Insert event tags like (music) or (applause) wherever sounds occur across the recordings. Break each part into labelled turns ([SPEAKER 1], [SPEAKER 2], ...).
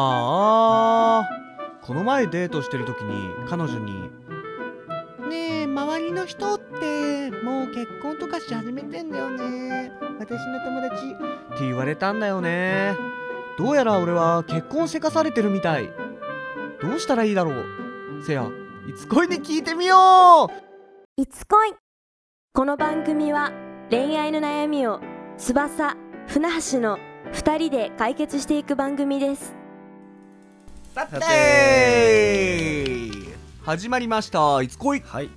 [SPEAKER 1] あーあーこの前デートしてる時に彼女に「ねえ周りの人ってもう結婚とかし始めてんだよね私の友達」って言われたんだよねどうやら俺は結婚せかされてるみたいどうしたらいいだろうせやいつ恋に聞いてみよう
[SPEAKER 2] いつ恋この番組は恋愛の悩みを翼船橋の2人で解決していく番組です
[SPEAKER 1] さ
[SPEAKER 3] て
[SPEAKER 1] 始まりました「いつ恋
[SPEAKER 3] はい、」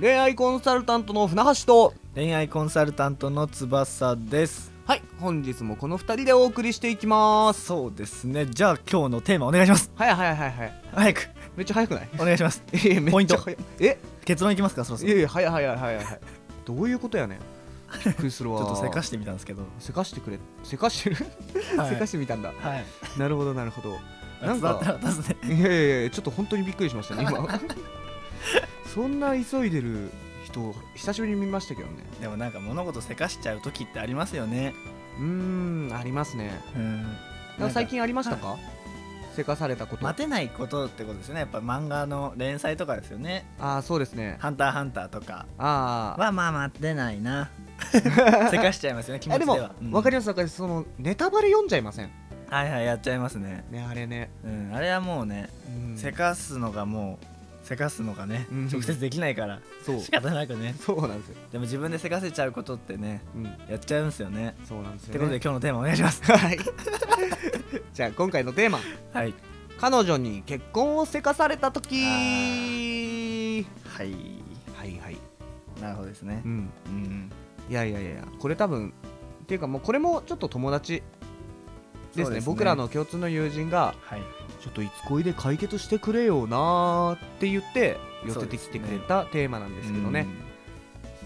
[SPEAKER 1] 恋愛コンサルタントの船橋と
[SPEAKER 3] 恋愛コンサルタントの翼です。
[SPEAKER 1] はい本日もこの2人でお送りしていきます
[SPEAKER 3] そうですね。じゃあ今日のテーマお願いします。
[SPEAKER 1] はいはいはいはい
[SPEAKER 3] 早く
[SPEAKER 1] めっちゃ早くない
[SPEAKER 3] お願いします。
[SPEAKER 1] えめっちゃ
[SPEAKER 3] ポイント
[SPEAKER 1] 早いえ
[SPEAKER 3] 結論いきますか。そろそ
[SPEAKER 1] いや
[SPEAKER 3] ろ。ち
[SPEAKER 1] いや早い早い早い早いどういうことやねん (laughs) びっくりする
[SPEAKER 3] ょ
[SPEAKER 1] わ
[SPEAKER 3] っとせか
[SPEAKER 1] し
[SPEAKER 3] してみたんですけど。
[SPEAKER 1] せかしてくれせかしてる、
[SPEAKER 3] はい
[SPEAKER 1] せかしてみたんだ
[SPEAKER 3] はい。
[SPEAKER 1] なるほどなるほどなん
[SPEAKER 3] 伝わった
[SPEAKER 1] から
[SPEAKER 3] 出すね。
[SPEAKER 1] いやいやいやちょっと本当にびっくりしましたね今 (laughs) そんな急いでる人久しぶりに見ましたけどね
[SPEAKER 3] でもなんか物事せかしちゃう時ってありますよね。
[SPEAKER 1] うーんありますね
[SPEAKER 3] うん。
[SPEAKER 1] なんか最近ありましたか、せかされたこと
[SPEAKER 3] 待てないことってことですよね。やっぱ漫画の連載とかですよね。
[SPEAKER 1] ああそうですね
[SPEAKER 3] ハンターハンターとか
[SPEAKER 1] ああ
[SPEAKER 3] はまあ待ってな
[SPEAKER 1] (laughs)
[SPEAKER 3] いな。せかしちゃいますよね。気持
[SPEAKER 1] あ
[SPEAKER 3] ち
[SPEAKER 1] で
[SPEAKER 3] で
[SPEAKER 1] も
[SPEAKER 3] は。うん
[SPEAKER 1] わかりますわかりますそのネタバレ読んじゃいません
[SPEAKER 3] はいはいやっちゃいますね。
[SPEAKER 1] ねあれね
[SPEAKER 3] うん。あれはもうね。
[SPEAKER 1] うん
[SPEAKER 3] せかすのがもうせかすのがね、
[SPEAKER 1] うん
[SPEAKER 3] 直接できないから (laughs)
[SPEAKER 1] そう
[SPEAKER 3] 仕方なくね
[SPEAKER 1] そうなんですよ
[SPEAKER 3] でも自分でせかせちゃうことってね
[SPEAKER 1] うん
[SPEAKER 3] やっちゃうんですよね
[SPEAKER 1] そうなんです
[SPEAKER 3] って
[SPEAKER 1] よ、
[SPEAKER 3] ことで
[SPEAKER 1] ね、
[SPEAKER 3] 今日のテーマお願いします
[SPEAKER 1] はいじゃあ今回のテーマ
[SPEAKER 3] (laughs) はい
[SPEAKER 1] 彼女に結婚をせかされた時
[SPEAKER 3] あ
[SPEAKER 1] はいはいはい
[SPEAKER 3] なるほどですね
[SPEAKER 1] うん
[SPEAKER 3] うん
[SPEAKER 1] いやいやいやいやこれ多分っていうかもうこれもちょっと友達ですね
[SPEAKER 3] そうですね
[SPEAKER 1] 僕らの共通の友人が
[SPEAKER 3] はい
[SPEAKER 1] ちょっといつ恋で解決してくれよなーって言って寄せてきてくれたテーマなんですけどね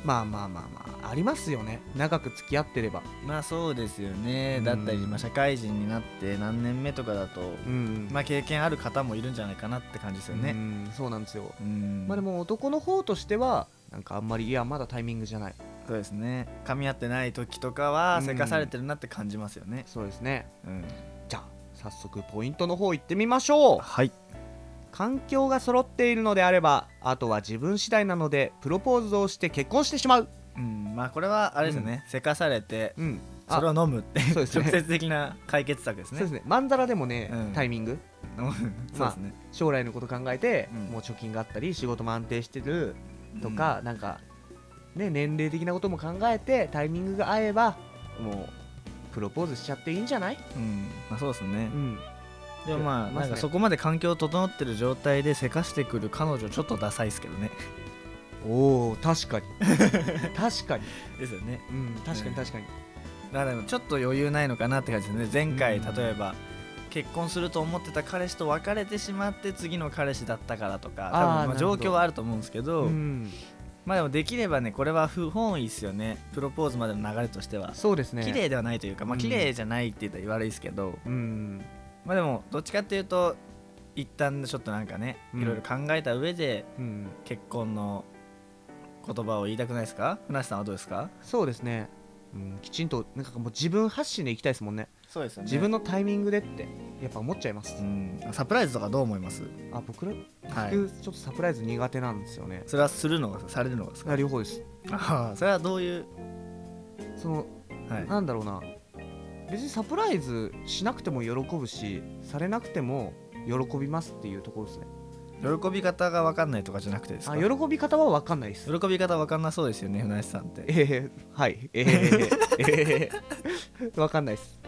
[SPEAKER 1] まあまあまあまあありますよね長く付き合ってれば
[SPEAKER 3] うんまあそうですよね
[SPEAKER 1] うん
[SPEAKER 3] だったり、まあ、社会人になって何年目とかだと、
[SPEAKER 1] うん
[SPEAKER 3] まあ経験ある方もいるんじゃないかなって感じですよ
[SPEAKER 1] う
[SPEAKER 3] ね
[SPEAKER 1] んそうなんですよ
[SPEAKER 3] うん
[SPEAKER 1] まあでも男の方としてはなんかあんまりいやまだタイミングじゃない
[SPEAKER 3] そうですね噛み合ってない時とかは
[SPEAKER 1] うん
[SPEAKER 3] せかされてるなって感じますよね、
[SPEAKER 1] そうですね
[SPEAKER 3] うん、
[SPEAKER 1] じゃあ早速ポイントの方行ってみましょう
[SPEAKER 3] はい
[SPEAKER 1] 環境が揃っているのであればあとは自分次第なのでプロポーズをして結婚してしまう
[SPEAKER 3] うん、まあこれはあれですよね、せかされて
[SPEAKER 1] うんあ
[SPEAKER 3] それを飲むっていう
[SPEAKER 1] そうですね
[SPEAKER 3] 直接的な解決策です
[SPEAKER 1] そう
[SPEAKER 3] ね。
[SPEAKER 1] ですねまんざらでもね、
[SPEAKER 3] うん
[SPEAKER 1] タイミング
[SPEAKER 3] うんそうですね。
[SPEAKER 1] 将来のこと考えて、
[SPEAKER 3] うん
[SPEAKER 1] もう貯金があったり仕事も安定してるとか、なんか、ね、年齢的なことも考えてタイミングが合えばもうプロポーズしちゃっていいんじゃない、
[SPEAKER 3] うん、まあそうですね
[SPEAKER 1] う。ん、
[SPEAKER 3] でもまあ
[SPEAKER 1] ま
[SPEAKER 3] な
[SPEAKER 1] ずね
[SPEAKER 3] んかそこまで環境整ってる状態でせかしてくる彼女ちょっとダサいですけどね。
[SPEAKER 1] おお確かに
[SPEAKER 3] (laughs)
[SPEAKER 1] 確かに、
[SPEAKER 3] ですよね。
[SPEAKER 1] うん、確かに確かに、
[SPEAKER 3] だからちょっと余裕ないのかなって感じですね。前回
[SPEAKER 1] うん
[SPEAKER 3] 例えば結婚すると思ってた彼氏と別れてしまって次の彼氏だったからとか、多
[SPEAKER 1] あー
[SPEAKER 3] 分ま
[SPEAKER 1] な
[SPEAKER 3] あ
[SPEAKER 1] る
[SPEAKER 3] 状
[SPEAKER 1] ほど
[SPEAKER 3] 況はあると思うんですけど、
[SPEAKER 1] うん、
[SPEAKER 3] まあでもできればねこれは不本意ですよね。プロポーズまでの流れとしては。
[SPEAKER 1] そうですね
[SPEAKER 3] 綺麗ではないというか、
[SPEAKER 1] う
[SPEAKER 3] まあ
[SPEAKER 1] ん
[SPEAKER 3] 綺麗じゃないって言ったら悪いですけど、
[SPEAKER 1] うん
[SPEAKER 3] まあでもどっちかっていうと一旦ちょっとなんかね、
[SPEAKER 1] うん
[SPEAKER 3] いろいろ考えた上で
[SPEAKER 1] うん
[SPEAKER 3] 結婚の言葉を言いたくないですか船橋さんはどうですか
[SPEAKER 1] そうですね、うん、きちんとなんかもう自分発信でいきたいですもんね
[SPEAKER 3] そうですよ
[SPEAKER 1] 自分のタイミングでってやっぱ思っちゃいます、
[SPEAKER 3] うんサプライズとかどう思います
[SPEAKER 1] あ僕ら
[SPEAKER 3] はい
[SPEAKER 1] 僕ちょっとサプライズ苦手なんですよね、
[SPEAKER 3] それはするのがされるのがですか
[SPEAKER 1] あ両方です
[SPEAKER 3] ああそれはどういう
[SPEAKER 1] その
[SPEAKER 3] はい
[SPEAKER 1] なんだろうな別にサプライズしなくても喜ぶしされなくても喜びますっていうところですね
[SPEAKER 3] 喜び方が分かんないとかじゃなくてです
[SPEAKER 1] あ
[SPEAKER 3] か
[SPEAKER 1] 喜び方は分かんないです
[SPEAKER 3] 喜び方分かんなそうですよね船橋さんって
[SPEAKER 1] えー、はいえー、えー、分かんないです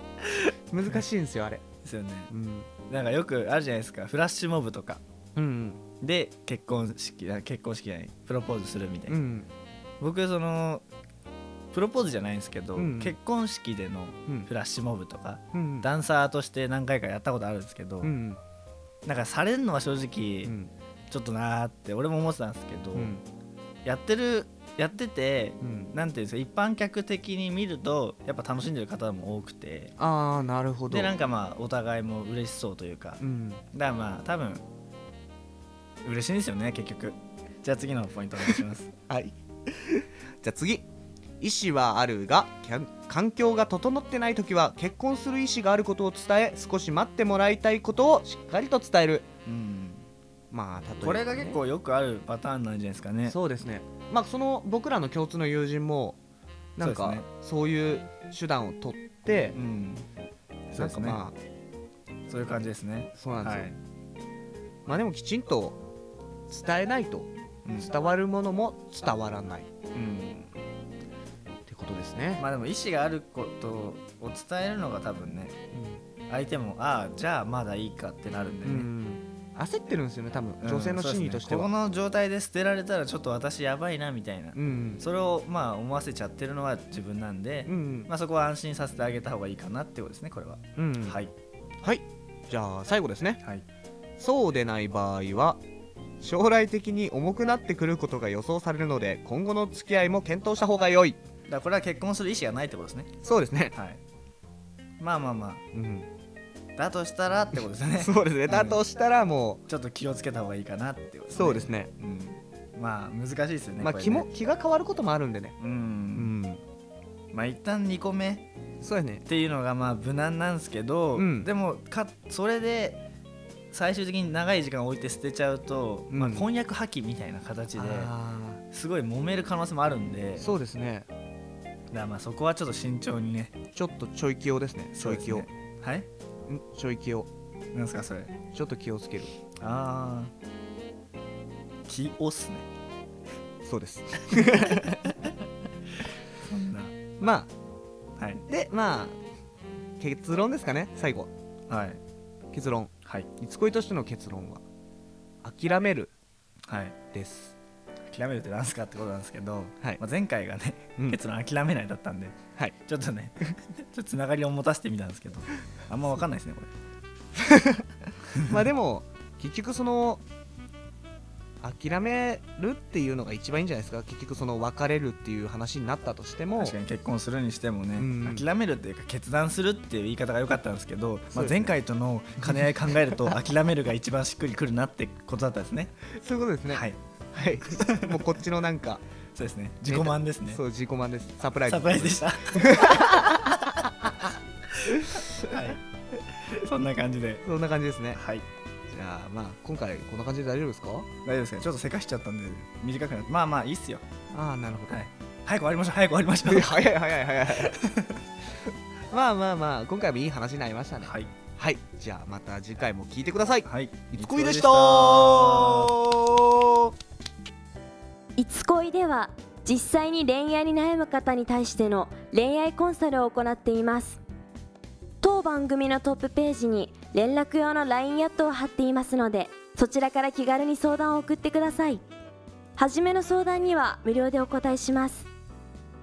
[SPEAKER 1] 難しいんですよあれ
[SPEAKER 3] ですよね
[SPEAKER 1] うん
[SPEAKER 3] なんかよくあるじゃないですかフラッシュモブとか
[SPEAKER 1] うん
[SPEAKER 3] で結婚式あ結婚式じゃないプロポーズするみたいな
[SPEAKER 1] うんうん
[SPEAKER 3] 僕そのプロポーズじゃないんですけど、
[SPEAKER 1] うん
[SPEAKER 3] 結婚式での
[SPEAKER 1] うん
[SPEAKER 3] フラッシュモブとか、
[SPEAKER 1] うん
[SPEAKER 3] ダンサーとして何回かやったことあるんですけど、
[SPEAKER 1] うん
[SPEAKER 3] なんかされるのは正
[SPEAKER 1] う
[SPEAKER 3] 直
[SPEAKER 1] ん
[SPEAKER 3] ちょっとなーって俺も思ってたんですけど、
[SPEAKER 1] うん
[SPEAKER 3] やってるやってて
[SPEAKER 1] うん
[SPEAKER 3] なんていうんですか一般客的に見るとやっぱ楽しんでる方も多くて
[SPEAKER 1] ああなるほど
[SPEAKER 3] でなんかまあお互いも嬉しそうというか
[SPEAKER 1] うん
[SPEAKER 3] だからまあ多分嬉
[SPEAKER 1] (laughs)
[SPEAKER 3] しいんですよね結局じゃあ次のポイントお願いします
[SPEAKER 1] はいじゃあ次意思はあるがきゃん環境が整ってない時は結婚する意思があることを伝え少し待ってもらいたいことをしっかりと伝える
[SPEAKER 3] うん、
[SPEAKER 1] まあ例えば、ね、
[SPEAKER 3] これが結構よくあるパターンなんじゃないですかね
[SPEAKER 1] そうですねまあその僕らの共通の友人もなん
[SPEAKER 3] そう
[SPEAKER 1] か
[SPEAKER 3] ですね
[SPEAKER 1] そういう手段を取って、
[SPEAKER 3] うん
[SPEAKER 1] な
[SPEAKER 3] そうんで
[SPEAKER 1] か
[SPEAKER 3] すね
[SPEAKER 1] ま
[SPEAKER 3] そういう感じですね
[SPEAKER 1] あそうなんで
[SPEAKER 3] は
[SPEAKER 1] すよ、
[SPEAKER 3] い、
[SPEAKER 1] まあでもきちんと伝えないと
[SPEAKER 3] うん
[SPEAKER 1] 伝わるものも伝わらないっ
[SPEAKER 3] うん
[SPEAKER 1] てことですね、
[SPEAKER 3] まあでも意思があることを伝えるのが多分ね相手もああじゃあまだいいかってなるんで
[SPEAKER 1] うん
[SPEAKER 3] ね、
[SPEAKER 1] 焦ってるんですよね多分
[SPEAKER 3] うん
[SPEAKER 1] 女性の心理としては、
[SPEAKER 3] そうですねここの状態で捨てられたらちょっと私やばいなみたいな、
[SPEAKER 1] うん
[SPEAKER 3] それをまあ思わせちゃってるのは自分なんで、
[SPEAKER 1] うん、
[SPEAKER 3] まあ、そこは安心させてあげた方がいいかなってことですねこれは、
[SPEAKER 1] うん
[SPEAKER 3] はい
[SPEAKER 1] はいじゃあ最後ですね
[SPEAKER 3] はい
[SPEAKER 1] そうでない場合は将来的に重くなってくることが予想されるので今後の付き合いも検討した方が良い
[SPEAKER 3] だからこれは結婚する意思がないってことですね
[SPEAKER 1] そうですね、
[SPEAKER 3] はいまあまあま
[SPEAKER 1] うん、
[SPEAKER 3] あだとしたらってことですね
[SPEAKER 1] (laughs) そうですねだとしたらも
[SPEAKER 3] ちょっと気をつけた方がいいかなってこと
[SPEAKER 1] うそうですすね
[SPEAKER 3] ね、うん、まあ難しいですよね
[SPEAKER 1] まあ
[SPEAKER 3] これ
[SPEAKER 1] 気
[SPEAKER 3] ね
[SPEAKER 1] も気が変わることもあるんでね
[SPEAKER 3] う、
[SPEAKER 1] うんん
[SPEAKER 3] まあ一旦2個目
[SPEAKER 1] そうやね
[SPEAKER 3] っていうのがまあ無難なんですけど、
[SPEAKER 1] うん
[SPEAKER 3] でもかそれで最終的に長い時間置いて捨てちゃうと、
[SPEAKER 1] うん
[SPEAKER 3] まあ、婚約破棄みたいな形ですごい揉める可能性もあるんで
[SPEAKER 1] そうですね
[SPEAKER 3] だからまあそこはちょっと慎重にね
[SPEAKER 1] ちょっとちょい気をですねちょい気を、
[SPEAKER 3] そうですねはい
[SPEAKER 1] んちょい気を
[SPEAKER 3] なんですかそれ
[SPEAKER 1] ちょっと気をつける
[SPEAKER 3] ああ気をっすね
[SPEAKER 1] そうです
[SPEAKER 3] そんな
[SPEAKER 1] ま
[SPEAKER 3] はい
[SPEAKER 1] あでまあ結論ですかね最後
[SPEAKER 3] はい
[SPEAKER 1] 結論
[SPEAKER 3] はい
[SPEAKER 1] いつ恋としての結論は諦める
[SPEAKER 3] はい
[SPEAKER 1] です
[SPEAKER 3] 諦めるってなんすかってことなんですけど、
[SPEAKER 1] はい
[SPEAKER 3] まあ、前回がね、
[SPEAKER 1] うん
[SPEAKER 3] 結論諦めないだったんで、
[SPEAKER 1] はい
[SPEAKER 3] ちょっとね (laughs) ちょっとつながりを持たせてみたんですけどあんま分かんないですねこれ
[SPEAKER 1] まあでも結局その諦めるっていうのが一番いいんじゃないですか結局その別れるっていう話になったとしても
[SPEAKER 3] 確かに結婚するにしてもね、
[SPEAKER 1] うん
[SPEAKER 3] 諦めるっていうか決断するっていう言い方が良かったんですけど、
[SPEAKER 1] そ
[SPEAKER 3] ま
[SPEAKER 1] うで
[SPEAKER 3] あ、
[SPEAKER 1] すね
[SPEAKER 3] 前回との兼ね合い考える
[SPEAKER 1] (laughs)
[SPEAKER 3] と諦めるが一番しっくりくるなってことだったんですね
[SPEAKER 1] そういうことですね
[SPEAKER 3] はい
[SPEAKER 1] はい (laughs) もうこっちのなんか
[SPEAKER 3] そうですね自己満ですね
[SPEAKER 1] そう自己満ですサプライズ
[SPEAKER 3] サプライズでした (laughs) はいそんな感じで
[SPEAKER 1] そんな感じですね
[SPEAKER 3] はい
[SPEAKER 1] じゃあまあ今回こんな感じで大丈夫ですか
[SPEAKER 3] 大丈夫ですかちょっとせかしちゃったんで短くなってまあまあいいっすよ
[SPEAKER 1] ああなるほど、
[SPEAKER 3] はい早く終わりましょう早く終わりましょう
[SPEAKER 1] いや (laughs) 早い早い早いまあまあまあ今回もいい話になりましたねはい、
[SPEAKER 3] はい
[SPEAKER 1] じゃあまた次回も聞いてください
[SPEAKER 3] はい
[SPEAKER 1] いつこいでし
[SPEAKER 3] いつ
[SPEAKER 1] た
[SPEAKER 2] いつ恋では実際に恋愛に悩む方に対しての恋愛コンサルを行っています当番組のトップページに連絡用の LINE アットを貼っていますのでそちらから気軽に相談を送ってください初めの相談には無料でお答えします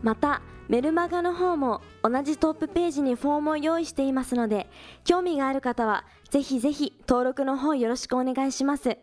[SPEAKER 2] またメルマガの方も同じトップページにフォームを用意していますので興味がある方はぜひぜひ登録の方よろしくお願いします